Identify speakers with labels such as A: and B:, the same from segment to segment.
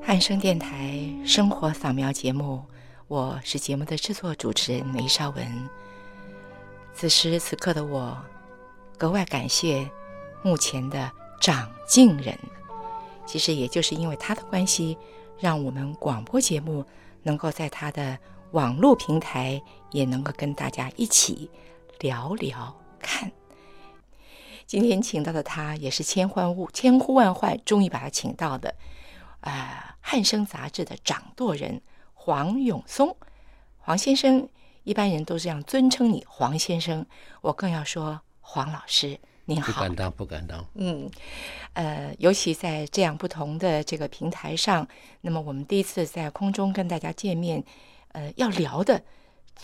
A: 汉声电台生活扫描节目，我是节目的制作主持人梅绍文。此时此刻的我，格外感谢目前的长进人。其实也就是因为他的关系，让我们广播节目能够在他的网络平台也能够跟大家一起聊聊看。今天请到的他也是千欢物千呼万唤，终于把他请到的。呃，汉声杂志的掌舵人黄永松，黄先生，一般人都这样尊称你黄先生，我更要说黄老师，您
B: 不
A: 好
B: 敢。当，不敢当。
A: 嗯，呃，尤其在这样不同的这个平台上，那么我们第一次在空中跟大家见面，呃，要聊的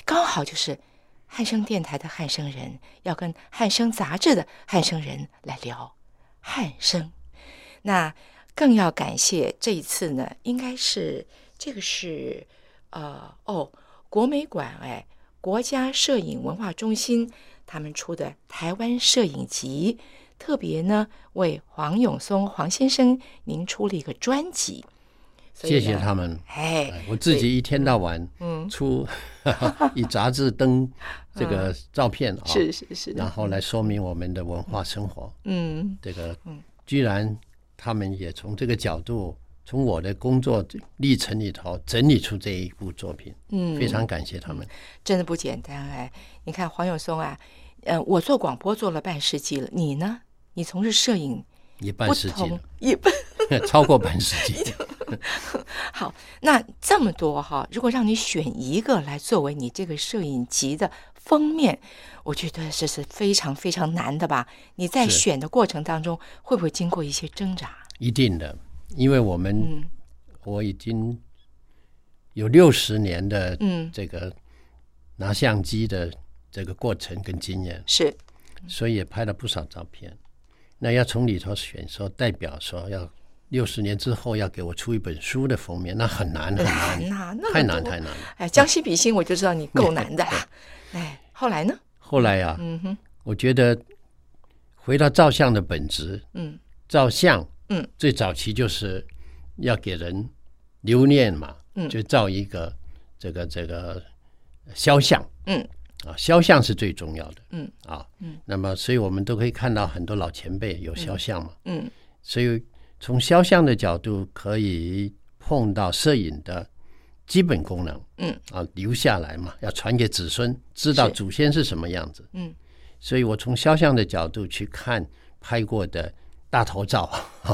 A: 刚好就是汉声电台的汉声人，要跟汉声杂志的汉声人来聊汉声。那更要感谢这一次呢，应该是这个是呃哦，国美馆哎，国家摄影文化中心他们出的台湾摄影集，特别呢为黄永松黄先生您出了一个专辑，所以
B: 谢
A: 呢
B: 谢。他们，
A: 哎，
B: 哎我自己一天到晚
A: 嗯，
B: 出 以杂 志登这个照片啊，
A: 嗯是是是，
B: 然后来说明我们的文化生活。
A: 嗯
B: 这个居然他们也从这个角度，从我的工作历程里头整理出这一部作品，
A: 嗯，
B: 非常感谢他们。
A: 真的不简单哎。你看黄永松啊，呃，我做广播做了半世纪了，你呢？你从事摄影
B: 一半
A: 不
B: 世纪
A: 同一半
B: 了， 超过半世 纪。
A: 好，那这么多哈，如果让你选一个来作为你这个摄影集的封面，我觉得这是非常非常难的吧？你在
B: 是
A: 选的过程当中，会不会经过一些挣扎？
B: 一定的，因为我们、
A: 嗯
B: 我已经有六十年的
A: 嗯，
B: 这个拿相机的这个过程跟经验，
A: 是
B: 所以也拍了不少照片。那要从里头选说代表说要六十年之后要给我出一本书的封面，那很难很难，
A: 难呐、那么
B: 太难
A: 多
B: 太难了。
A: 哎，将心比心，我就知道你够难的啦。 哎，后来呢？
B: 后来啊，
A: 嗯哼，
B: 我觉得回到照相的本质，
A: 嗯，
B: 照相，
A: 嗯，
B: 最早期就是要给人留念嘛，
A: 嗯
B: 就照一个这个这个肖像，
A: 嗯，
B: 啊，肖像是最重要的，
A: 嗯，
B: 啊，
A: 嗯，
B: 那么所以我们都可以看到很多老前辈有肖像嘛，
A: 嗯
B: 所以从肖像的角度可以碰到摄影的基本功能，
A: 嗯，
B: 啊，留下来嘛，要传给子孙，知道
A: 是
B: 祖先是什么样子，
A: 嗯，
B: 所以我从肖像的角度去看拍过的大头照，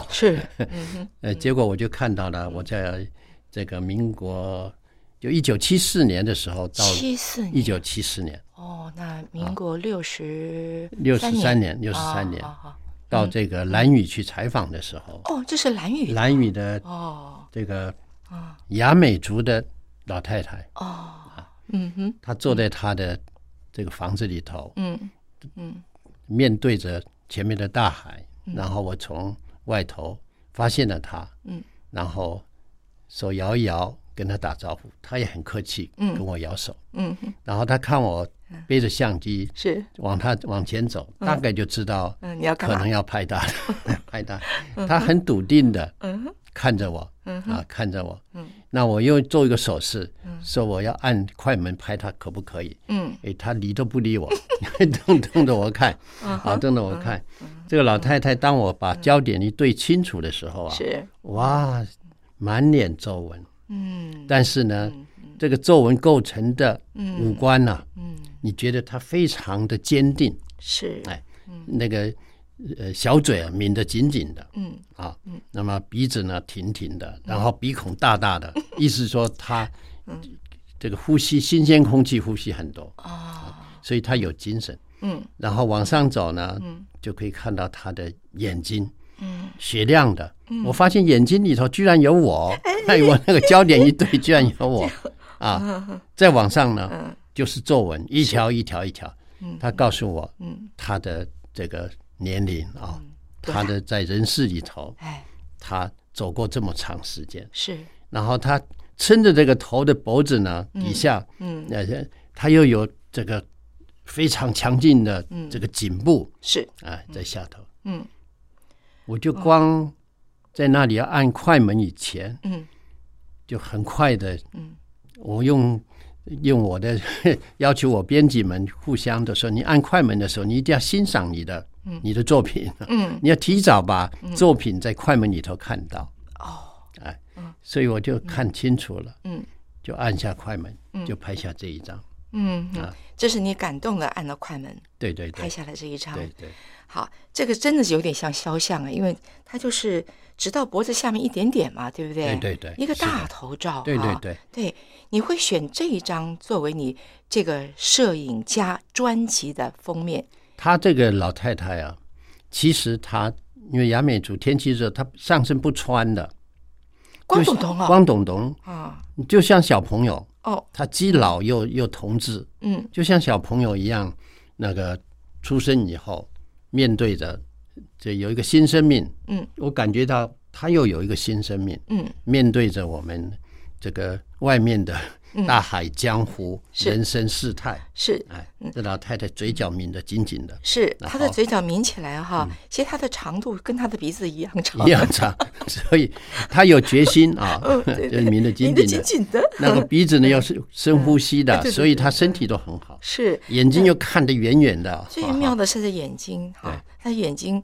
A: 是，嗯哼，
B: 呃，结果我就看到了，我在这个民国就一九七四年的时候到
A: 七四
B: 一
A: 年
B: 九七四年
A: 哦，那民国六十
B: 六十三
A: 年，
B: 年六十三年
A: 哦好好
B: 到这个兰屿去采访的时候，
A: 哦，这是蓝雨
B: 兰屿的
A: 哦
B: 这个雅美族的老太太，
A: 哦，嗯哼，
B: 她坐在她的这个房子里头，
A: 嗯嗯
B: 面对着前面的大海，然后我从外头发现了他，
A: 嗯，
B: 然后手摇一摇跟他打招呼，他也很客气，
A: 嗯
B: 跟我摇手，
A: 嗯哼，
B: 然后他看我背着相机
A: 是，
B: 往他往前走，大概就知道
A: 嗯，你要干
B: 可
A: 嘛
B: 能？要拍他， 拍他，他很笃定的
A: 嗯哼，
B: 看着我，
A: 嗯
B: 啊，看着我，
A: 嗯，
B: 那我又做一个手势，说我要按快门拍他，可不可以？
A: 嗯
B: 哎，他理都不理我， 瞪瞪着我看，
A: 嗯
B: 啊，瞪着我看。这个老太太，当我把焦点一对清楚的时候啊，
A: 嗯是，
B: 哇，满脸皱纹。
A: 嗯
B: 但是呢，这个皱纹构成的五官呢、
A: 嗯
B: 你觉得她非常的坚定，
A: 是，
B: 哎那个呃小嘴啊抿得紧紧的
A: 嗯
B: 啊，那么鼻子呢挺挺的，然后鼻孔大 大的，意思说她
A: 嗯
B: 这个呼吸新鲜空气呼吸很多，
A: 啊
B: 所以她有精神。
A: 嗯
B: 然后往上走呢，就可以看到他的眼睛，
A: 嗯
B: 雪亮的。我发现眼睛里头居然有我， 哎，我那个焦点一对，居然有我啊！再往上呢，就是皱纹，一条一条一条。他告诉我
A: 嗯，
B: 他的这个年龄啊，
A: 对
B: 他的在人世里头，
A: 哎
B: 他走过这么长时间，
A: 是，
B: 然后他撑着这个头的脖子呢，底下
A: 嗯
B: 呃，他又有这个非常强劲的
A: 嗯
B: 这个颈部
A: 是，
B: 啊，在下头，
A: 嗯哦
B: 我就光在那里要按快门以前，
A: 嗯
B: 就很快的，我用用我的 要求，我编辑们互相的说，你按快门的时候，你一定要欣赏你的你的作品，
A: 嗯，
B: 你要提早把作品在快门里头看到，哎
A: 哦，
B: 所以我就看清楚了，
A: 嗯，
B: 就按下快门，就拍下这一张，
A: 嗯，嗯
B: 啊
A: 这是你感动的按了快门，
B: 对对
A: 拍
B: 对，
A: 下了这一张。
B: 对对
A: 好，这个真的是有点像肖像啊，因为它就是直到脖子下面一点点嘛，对不对？
B: 对对对
A: 一个
B: 是的
A: 大头照、啊。
B: 对对对。
A: 对，你会选这一张作为你这个摄影家专辑的封面。
B: 她这个老太太啊，其实她因为亚美族天气热，她上身不穿的，
A: 光
B: 就
A: 董
B: 是
A: 董啊，
B: 光董董，
A: 啊，
B: 就像小朋友，
A: 哦，
B: 她既老又又童稚，
A: 嗯
B: 就像小朋友一样，那个出生以后面对着这有一个新生命，
A: 嗯，
B: 我感觉到她又有一个新生命，
A: 嗯
B: 面对着我们这个外面的
A: 嗯
B: 大海江湖、
A: 是嗯
B: 人生世态，
A: 是。
B: 哎，这老太太嘴角抿得紧紧的，
A: 是，
B: 然
A: 他的
B: 后
A: 嘴角抿起来哈，其实他的长度跟他的鼻子一样长
B: 嗯一。样长，所以他有决心啊，
A: 哦对
B: 就
A: 对
B: 抿 得
A: 抿
B: 紧
A: 得紧
B: 紧的。
A: 紧的，
B: 那个鼻子呢，要是深呼吸
A: 哎对
B: 的
A: 对，对
B: 所以他身体都很好，
A: 是
B: 眼睛又看得远远的。
A: 最
B: 好好
A: 妙的是他的眼睛哈，他眼睛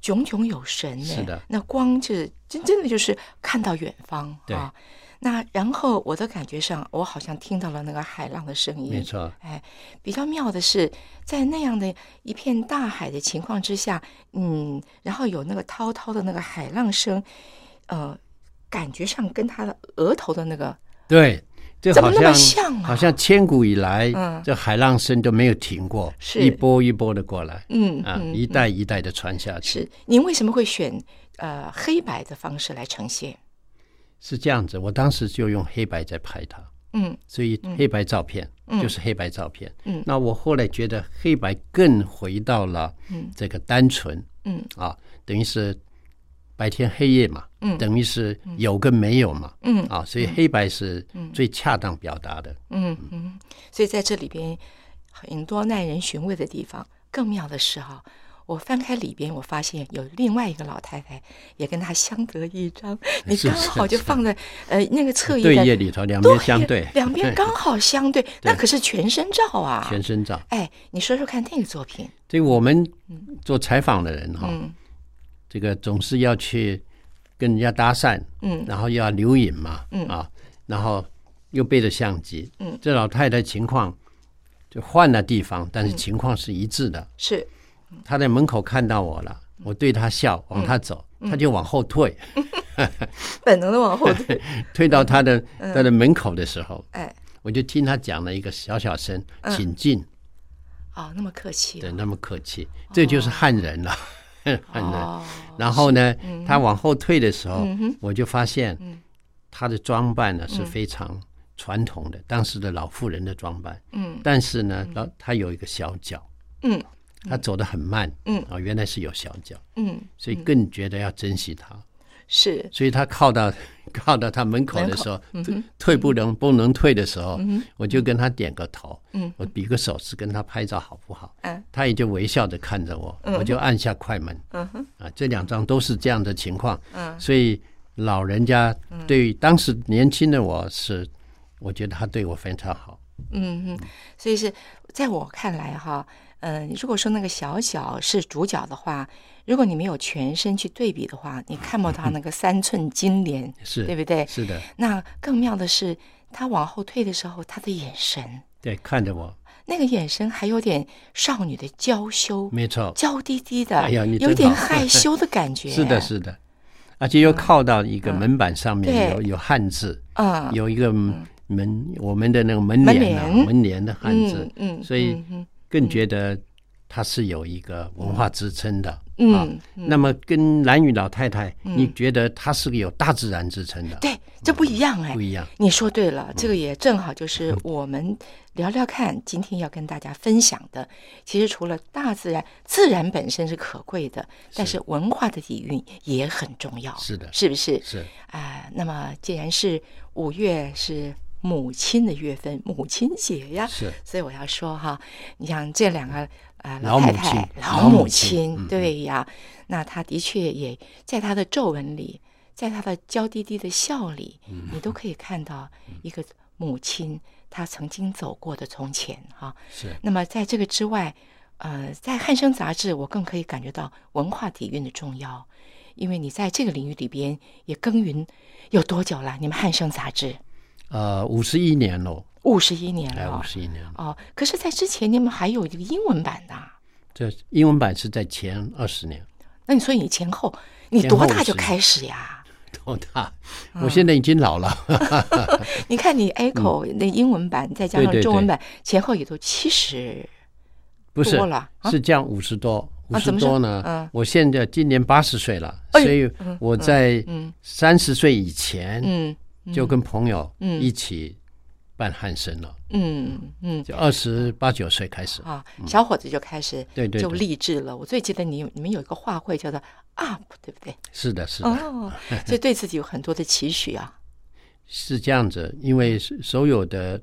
A: 炯炯有神呢。哎
B: 是的，
A: 那光就是真真的就是看到远方
B: 对
A: 啊。那然后我的感觉上，我好像听到了那个海浪的声音。
B: 没错，
A: 哎，比较妙的是，在那样的一片大海的情况之下，嗯，然后有那个滔滔的那个海浪声，呃，感觉上跟他的额头的那个
B: 对，这
A: 怎么
B: 好
A: 那么
B: 像
A: 像啊
B: 好像千古以来
A: 嗯，
B: 这海浪声都没有停过，
A: 是
B: 一波一波的过来
A: 嗯
B: 啊，
A: 嗯
B: 一代一代的传下去。
A: 是。您为什么会选呃黑白的方式来呈现？
B: 是这样子，我当时就用黑白在拍它，
A: 嗯
B: 所以黑白照片就是黑白照片。
A: 嗯
B: 那我后来觉得黑白更回到了
A: 嗯
B: 这个单纯，
A: 嗯
B: 啊，等于是白天黑夜嘛，
A: 嗯
B: 等于是有跟没有嘛，
A: 嗯
B: 啊，所以黑白是最恰当表达的。
A: 嗯嗯，所以在这里边很多耐人寻味的地方。更妙的是哈，我翻开里边，我发现有另外一个老太太也跟她相得益彰。你
B: 哎是
A: 刚
B: 是
A: 好就是放在呃那个侧翼
B: 对
A: 的
B: 夜里头两
A: 对
B: 边相对，
A: 两边刚好相对，那可是全身照啊。
B: 全身照。
A: 哎，你说说看那个作品，
B: 这个我们做采访的人哈、
A: 嗯
B: 这个总是要去跟人家搭讪，
A: 嗯
B: 然后又要留影嘛，啊，然后又背着相机，
A: 嗯，
B: 这老太太情况就换了地方，但是
A: 嗯
B: 情况是一致的。
A: 是
B: 她在门口看到我了，
A: 嗯
B: 我对她笑，往她走，她就往后退，
A: 本能的往后退。
B: 退到她的她的门口的时候，
A: 嗯哎，嗯
B: 我就听她讲了一个小小声，请进，
A: 哦，那么客气
B: 对，那么客气，这就是汉人了， 汉人。
A: 哦，嗯
B: 然后呢，他往后退的时候，我就发现他的装扮呢
A: 嗯
B: 是非常传统的，当时的老妇人的装扮。
A: 嗯，
B: 但是呢，老他有一个小脚，
A: 嗯，
B: 他走得很慢，
A: 嗯，
B: 啊，原来是有小脚，
A: 嗯，
B: 所以更觉得要珍惜他。
A: 是
B: 所以他靠到 靠到他门口的时候，
A: 嗯
B: 退退不能不能退的时候，我就跟他点个头，
A: 嗯
B: 我比个手势跟他拍照好不好？
A: 嗯
B: 他也就微笑着看着我，我就按下快门。
A: 嗯哼
B: 啊，这两张都是这样的情况，
A: 嗯
B: 所以老人家对于当时年轻的我是，我觉得他对我非常好。
A: 嗯嗯，所以是在我看来哈，嗯、如果说那个小脚是主角的话，如果你没有全身去对比的话，你看不到那个三寸金莲，
B: 是
A: 对不对？
B: 是的，
A: 那更妙的是，他往后退的时候，他的眼神，
B: 对，看着我，
A: 那个眼神还有点少女的娇羞，
B: 没错，
A: 娇滴滴的，
B: 哎呀你
A: 有
B: 真
A: 点
B: 好
A: 害羞的感觉。
B: 是的，，是的，而且又靠到一个门板上
A: 嗯
B: 面，
A: 对
B: 有有汉字，
A: 嗯，
B: 有一个门，我们的那个门帘啊，
A: 门帘
B: 门帘的汉字
A: 嗯，嗯，
B: 所以
A: 嗯
B: 更觉得它是有一个文化支撑的。
A: 嗯
B: 啊
A: 嗯，
B: 那么跟蓝雨老太太，你觉得它是个有大自然支撑的，
A: 对，这不一样哎
B: 不。一样。嗯
A: 你说对了，这个也正好就是我们聊聊看，今天要跟大家分享的。其实除了大自然，自然本身是可贵的，但是文化的底蕴也很重要。
B: 是的
A: 是不是？
B: 是
A: 啊、那么既然是五月是母亲的月份，母亲节呀，
B: 是
A: 所以我要说哈，你像这两个啊、呃
B: 老
A: 太
B: 母亲
A: 太，
B: 老母嗯
A: 母亲，对呀，那她的确也在她的皱纹里，在他的娇滴滴的笑里，
B: 嗯
A: 你都可以看到一个母亲她曾经走过的从前哈、
B: 是
A: 那么在这个之外，呃，在《汉生》杂志，我更可以感觉到文化底蕴的重要，因为你在这个领域里边也耕耘有多久了？你们《汉生》杂志
B: 呃五十一年喽，
A: 五十一年
B: 哎
A: 了
B: 五
A: 哦
B: 十一年了，
A: 哦，可是，在之前你们还有一个英文版的啊、
B: 这英文版是在前二十年，
A: 那你说你前后你
B: 前
A: 多
B: 后
A: 大就
B: 50
A: 开始呀？
B: 多大？
A: 嗯
B: 我现在已经老了，
A: 你看你 Echo 那英文版再加
B: 嗯对
A: 上
B: 对
A: 中文
B: 对
A: 版，前后也都七十
B: 不是
A: 多了啊
B: 是这样五十多，五
A: 啊
B: 十
A: 怎么说
B: 多呢？
A: 嗯
B: 我现在今年八十岁了，
A: 哎
B: 所以我在
A: 嗯
B: 三十岁以前
A: 嗯
B: 就跟朋友
A: 嗯
B: 一起办汉生了，
A: 嗯嗯
B: 就二十八九岁开始。
A: 啊，小伙子就开始
B: 嗯对对
A: 就
B: 对
A: 励志了。我最记得你你们有一个画会叫做 Up，对不对？
B: 是的，是的。
A: 哦，所以对自己有很多的期许啊。
B: 是这样子，因为
A: 嗯
B: 是所有的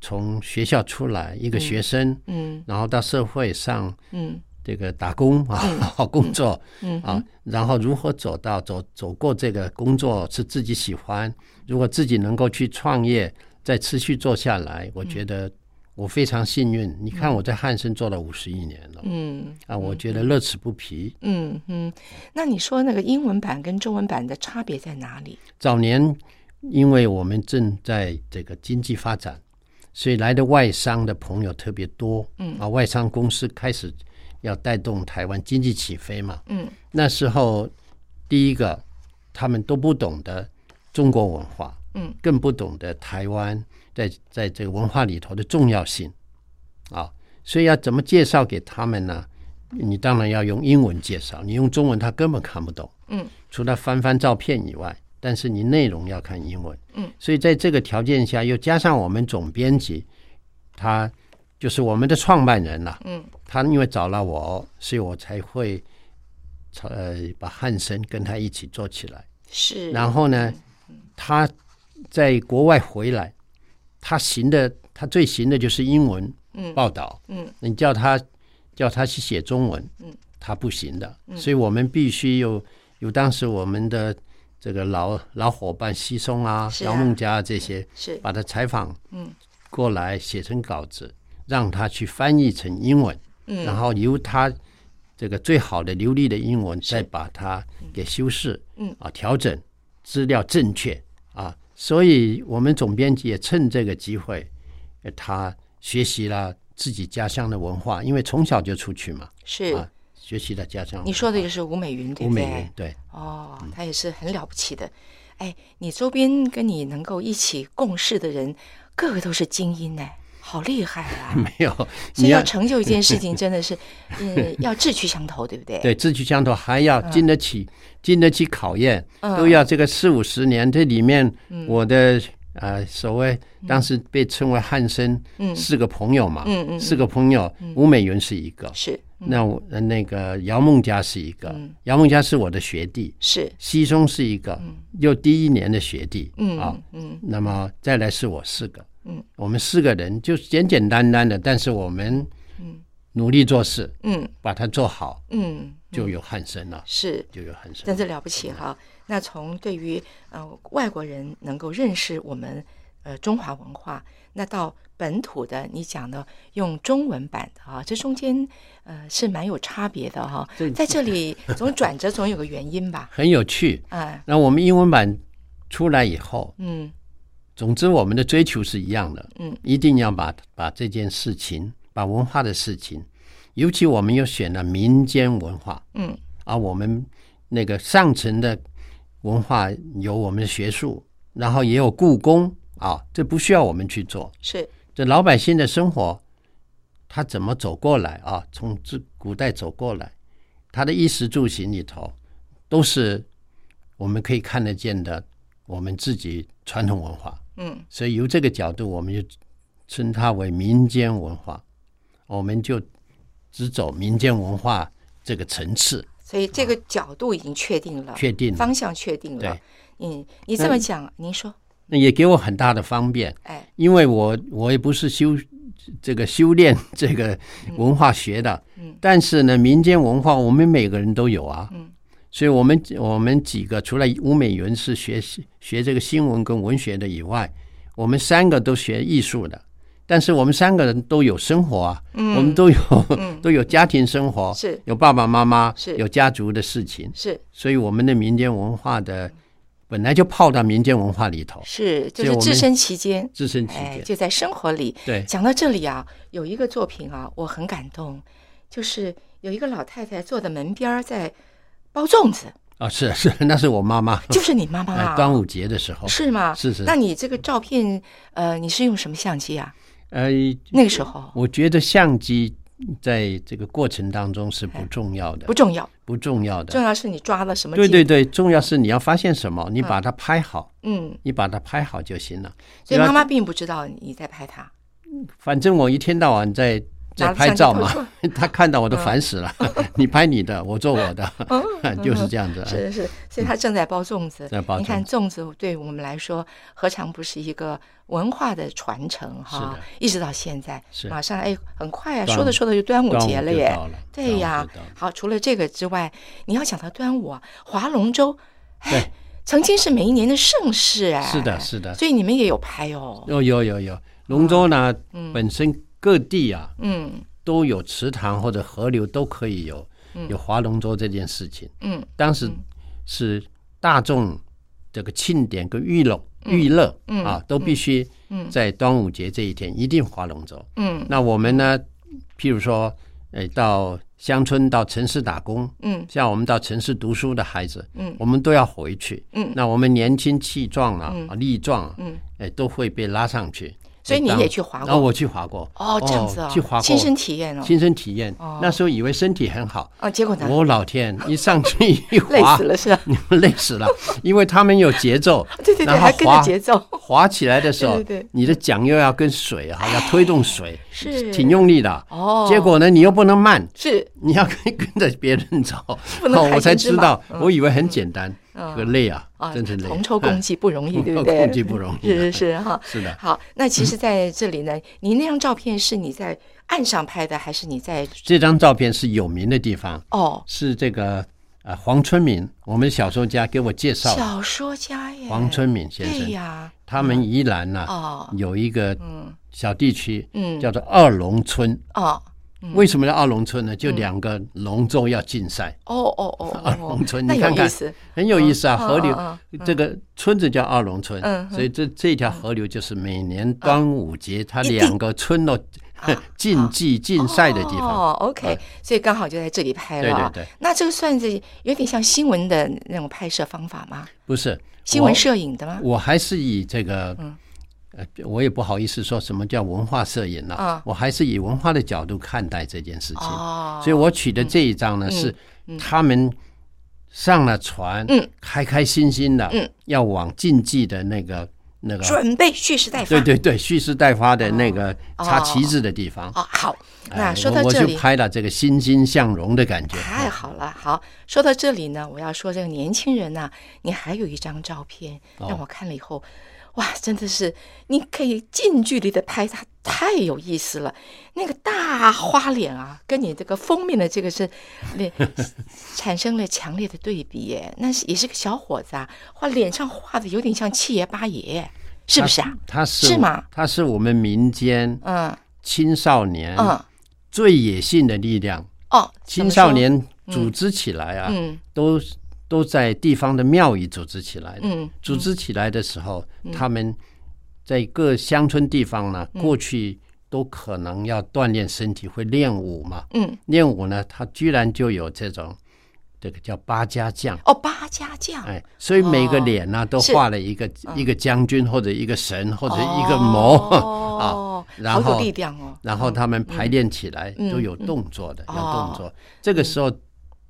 B: 从学校出来一个学生，
A: 嗯
B: 然后到社会上
A: 嗯
B: 这个打工啊， 工作，
A: 嗯
B: 啊，然后如何走到走走过这个工作是自己喜欢，如果自己能够去创业，再持续做下来，我觉得我非常幸运。你看我在汉森做了五十一年了，
A: 嗯
B: 啊，我觉得乐此不疲。
A: 嗯嗯。那你说那个英文版跟中文版的差别在哪里？
B: 早年因为我们正在这个经济发展，所以来的外商的朋友特别多。嗯啊，外商公司开始要带动台湾经济起飞嘛。
A: 嗯，
B: 那时候第一个他们都不懂得中国文化，
A: 嗯，
B: 更不懂得台湾在在这个文化里头的重要性啊，所以要怎么介绍给他们呢？你当然要用英文介绍，你用中文他根本看不懂。除了翻翻照片以外，但是你内容要看英文。
A: 嗯，
B: 所以在这个条件下，又加上我们总编辑，他就是我们的创办人了、
A: 嗯，
B: 他因为找了我，所以我才会呃把汉森跟他一起做起来。
A: 是嗯
B: 然后呢，他在国外回来，他行的他最行的就是英文报道。
A: 嗯，
B: 你叫他叫他去写中文，
A: 嗯，
B: 他不行的。所以我们必须有有当时我们的这个老老伙伴西松啊、
A: 是啊
B: 姚梦佳啊这些，
A: 是
B: 把他采访
A: 嗯
B: 过来写成稿子，让他去翻译成英文，
A: 嗯
B: 然后由他这个最好的流利的英文
A: 是
B: 再把它给修饰，
A: 嗯
B: 啊调整资料正确啊，所以我们总编辑也趁这个机会，呃他学习了自己家乡的文化，因为从小就出去嘛，
A: 是
B: 啊，学习了家乡文化。
A: 你说的就是吴美云，对
B: 吴
A: 不
B: 美
A: 对？
B: 云嗯对。
A: 哦，他也是很了不起的。哎，你周边跟你能够一起共事的人，个个都是精英哎，好厉害 啊！
B: 没有，
A: 所
B: 你
A: 以要
B: 要
A: 成就一件事 情，真的是，嗯，要志趣相投，对不对？，
B: 对志趣相投，还要
A: 嗯
B: 经得起、经得起考验，都要这个四五十年。这里面
A: 嗯
B: 我的、呃所谓当时被称为汉生、四个朋友嘛，
A: 嗯嗯
B: 四个朋友，吴美云是一个，
A: 是
B: 那我呃那个姚梦佳是一个，
A: 嗯
B: 姚梦佳是我的学弟，
A: 是，
B: 西松是一个，又第一年的学弟，
A: 嗯
B: 啊，
A: 嗯
B: 那么再来是我四个，
A: 嗯，
B: 我们四个人就简简单单的，但是我们
A: 嗯
B: 努力做事，
A: 嗯
B: 把它做好。
A: 嗯，
B: 就有汉生了，
A: 是，
B: 就有汉生。
A: 真是了不起哈。那从对于呃外国人能够认识我们呃中华文化，那到本土的你讲的用中文版的啊，这中间呃是蛮有差别的哈、
B: 这
A: 在这里总转折总有个原因吧？
B: 很有趣。
A: 啊，
B: 那我们英文版出来以后，
A: 嗯
B: 总之我们的追求是一样的，
A: 嗯，
B: 一定要把把这件事情，把文化的事情，尤其我们又选了民间文化，
A: 嗯
B: 而我们那个上层的文化有我们的学术，然后也有故宫啊，这不需要我们去做，
A: 是
B: 这老百姓的生活，他怎么走过来啊？从这古代走过来，他的衣食住行里头，都是我们可以看得见的，我们自己传统文化。
A: 嗯
B: 所以由这个角度，我们就称它为民间文化，我们就只走民间文化这个层次，
A: 所以这个角度已经确定了，
B: 确定了。
A: 方向确定了
B: 对。
A: 嗯，你这么讲，您说，
B: 那也给我很大的方便。
A: 哎，
B: 因为我我也不是修这个修炼 这
A: 嗯
B: 个文化学的，但是呢，民间文化我们每个人都有啊，所以我们我们几个除了吴美云是学学这个新闻跟文学的以外，我们三个都学艺术的，但是我们三个人都有生活啊，我们都有、 都有家庭生活，
A: 嗯是
B: 有爸爸妈妈，
A: 是
B: 有家族的事情，
A: 是
B: 所以我们的民间文化的本来就泡到民间文化里头，
A: 是，就
B: 所以
A: 是
B: 哦我
A: 置
B: 们
A: 身其间，
B: 自身其
A: 哎，
B: 间，
A: 就在生活里。
B: 对
A: 讲到这里啊，有一个作品啊，我很感动，就是有一个老太太坐在门边儿在包粽子，
B: 啊，是是， 那是我妈妈，
A: 就是你妈妈
B: 哎，
A: 啊，
B: 端午节的时候，
A: 是吗？
B: 是是
A: 那你这个照片，呃，你是用什么相机啊？
B: 呃，
A: 那个时候
B: 我觉得相机在这个过程当中是不重要的
A: 哎不，重要，
B: 不重要的
A: 重。要是你抓了什么
B: 对
A: 镜。
B: 对对，重要是你要发现什么，你把它拍好，
A: 嗯，
B: 你把它拍好就行了。
A: 所以
B: 你要
A: 妈妈并不知道你在拍她。
B: 反正我一天到晚在
A: 拿
B: 在
A: 着
B: 拍
A: 相机
B: 照
A: 偷嗯
B: 嘛， 他看到我都烦死了。 你拍你的，我做我的， 就是这样子。
A: 嗯是是，所以他正在包粽子。
B: 哎在包
A: 你看
B: 粽
A: 粽子对我们来说，何尝不是一个文化的传承
B: 是
A: 哈
B: 的？
A: 一直到现在，
B: 是
A: 马上哎，很快啊，
B: 端午
A: 说着说着就端午
B: 端午
A: 节了
B: 就
A: 耶
B: 到了。
A: 对呀
B: 端午就到了，
A: 好，除了这个之外，你要讲到端午啊，划龙舟，哎
B: 对，
A: 曾经是每一年的盛事哎。
B: 是的，是的。
A: 所以你们也有拍哦。
B: 有有有有，龙舟呢，本身各地啊
A: 嗯
B: 都有池塘或者河流都可以有有划龙舟这件事情。
A: 嗯
B: 当时是大众这个庆典跟娱乐
A: 嗯
B: 娱乐啊，都必须在端午节这一天一定划龙舟。
A: 嗯
B: 那我们呢，譬如说，呃，到乡村到城市打工，
A: 嗯
B: 像我们到城市读书的孩子，
A: 嗯
B: 我们都要回去。
A: 嗯
B: 那我们年轻气壮啊，
A: 嗯
B: 啊力壮啊，
A: 嗯，
B: 哎，都会被拉上去。
A: 所以你
B: 当
A: 也去划
B: 啊，
A: 过
B: 我去划过。
A: 哦，这样子啊
B: 去划，过，
A: 亲身体验哦。
B: 亲身体验
A: 哦。
B: 那时候以为身体很好，
A: 哦，结果呢？
B: 我 老天，一上去一
A: 累
B: 划
A: 死，了是吧？，
B: 你们累死了，因为他们有节奏
A: 对对对，
B: 然后
A: 还跟着
B: 滑
A: 节奏。
B: 滑起来的时候，
A: 对对对哎
B: 你的桨又要跟水哈，要推动水，
A: 是
B: 挺用力的。
A: 哦，
B: 结果呢，你又不能慢，
A: 是
B: 你要跟跟着别人走，
A: 不能
B: 哦
A: 开
B: 我才
A: 心芝
B: 知
A: 麻
B: 道，我以为很简单，这个累啊
A: 嗯啊，，
B: 真是累，
A: 同 舟共济不容易，对不
B: 同
A: 对？
B: 舟共济不容易啊嗯
A: 是是是哈。
B: 是的，
A: 好，那其实在这里呢，你那张照片是你在岸上拍的，还是你在？
B: 这张照片是有名的地方，
A: 哦，
B: 是这个呃黄春明，我们小说家给我介绍的
A: 小说家耶，
B: 黄春明先
A: 对
B: 生，
A: 呀，
B: 他们宜兰呐、
A: 哦
B: 有一个小地区，
A: 嗯
B: 叫做二龙村。
A: 哦
B: 为什么叫二龙村呢？就两个龙舟要竞赛，
A: 嗯哦哦 哦
B: 二
A: 哦
B: 龙
A: 哦，
B: 村，
A: 那
B: 你
A: 有
B: 看
A: 意
B: 看
A: 思，
B: 很有意思啊。
A: 嗯
B: 河流、
A: 嗯
B: 这个村子叫二龙村，
A: 嗯哦
B: 所以这这条河流就是每年端午节，它两个村落、 竞技竞赛的地方。嗯
A: 哦，OK，所以刚好就在这里拍了啊。
B: 对对对
A: 那这个算是有点像新闻的那种拍摄方法吗？
B: 不是
A: 新闻摄影的吗？
B: 我还是以这个，
A: 嗯
B: 呃，我也不好意思说什么叫文化摄影了、
A: 啊
B: 我还是以文化的角度看待这件事情。
A: 哦，嗯
B: 所以我取的这一张呢，是他们上了船，
A: 嗯
B: 开开心心的，
A: 嗯
B: 要往竞技的那个那个，
A: 准备蓄势待发。
B: 对对对，蓄势待发的那个
A: 哦
B: 插旗帜的地方。
A: 哦，好，
B: 哎
A: 那说
B: 我
A: 到
B: 我
A: 这
B: 就
A: 里。
B: 拍了这个欣欣向荣的感觉。
A: 太好了，好，说到这里呢，我要说这个年轻人呐、你还有一张照片
B: 哦
A: 让我看了以后，哇，真的是你可以近距离的拍他，太有意思了。那个大花脸啊，跟你这个封面的这个是，那产生了强烈的对比耶。那是也是个小伙子啊，画脸上画的有点像七爷八爷，是不是啊？
B: 他是
A: 是吗？
B: 他是我们民间
A: 嗯
B: 青少年
A: 嗯
B: 最野性的力量，
A: 哦，怎
B: 青
A: 么
B: 少
A: 说
B: 年组织起来啊，
A: 嗯
B: 都都在地方的庙宇组织起来的。
A: 嗯
B: 组织起来的时候，他们在各乡村地方呢，
A: 嗯
B: 过去都可能要锻炼身体，会练武嘛。
A: 嗯
B: 练武呢，他居然就有这种这个叫八家将。
A: 哦八家将。
B: 哎，所以每个脸呢、都
A: 是
B: 画了一个、一个将军或者一个神或者一个魔、
A: 哦
B: 啊，然
A: 好有
B: 后
A: 力量哦。
B: 然后他们排练起来
A: 嗯
B: 都有动作的，
A: 嗯
B: 有
A: 哦
B: 动作。这个时候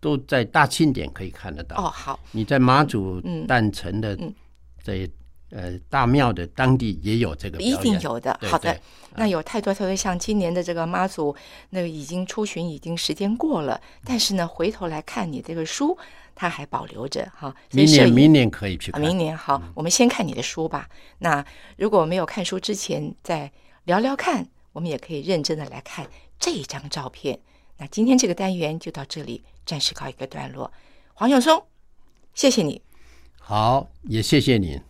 B: 都在大庆典可以看得到。
A: 哦，好，
B: 你在马祖
A: 嗯
B: 诞辰的
A: 嗯
B: 在呃大庙的当地也有这个表
A: 一
B: 演，
A: 定有的。
B: 对
A: 好的
B: 对，
A: 那有太多太多，像今年的这个妈祖，那个已经出巡，已经时间过了，
B: 嗯
A: 但是呢，回头来看你这个书，它还保留着哈。所以
B: 明
A: 摄
B: 年
A: 影
B: 明年可以去
A: 啊，
B: 看。嗯
A: 明年好，我们先看你的书吧。那如果没有看书之前，再聊聊看，我们也可以认真的来看这一张照片。那今天这个单元就到这里，暂时告一个段落。黄永松，谢谢你。
B: 好，也谢谢你。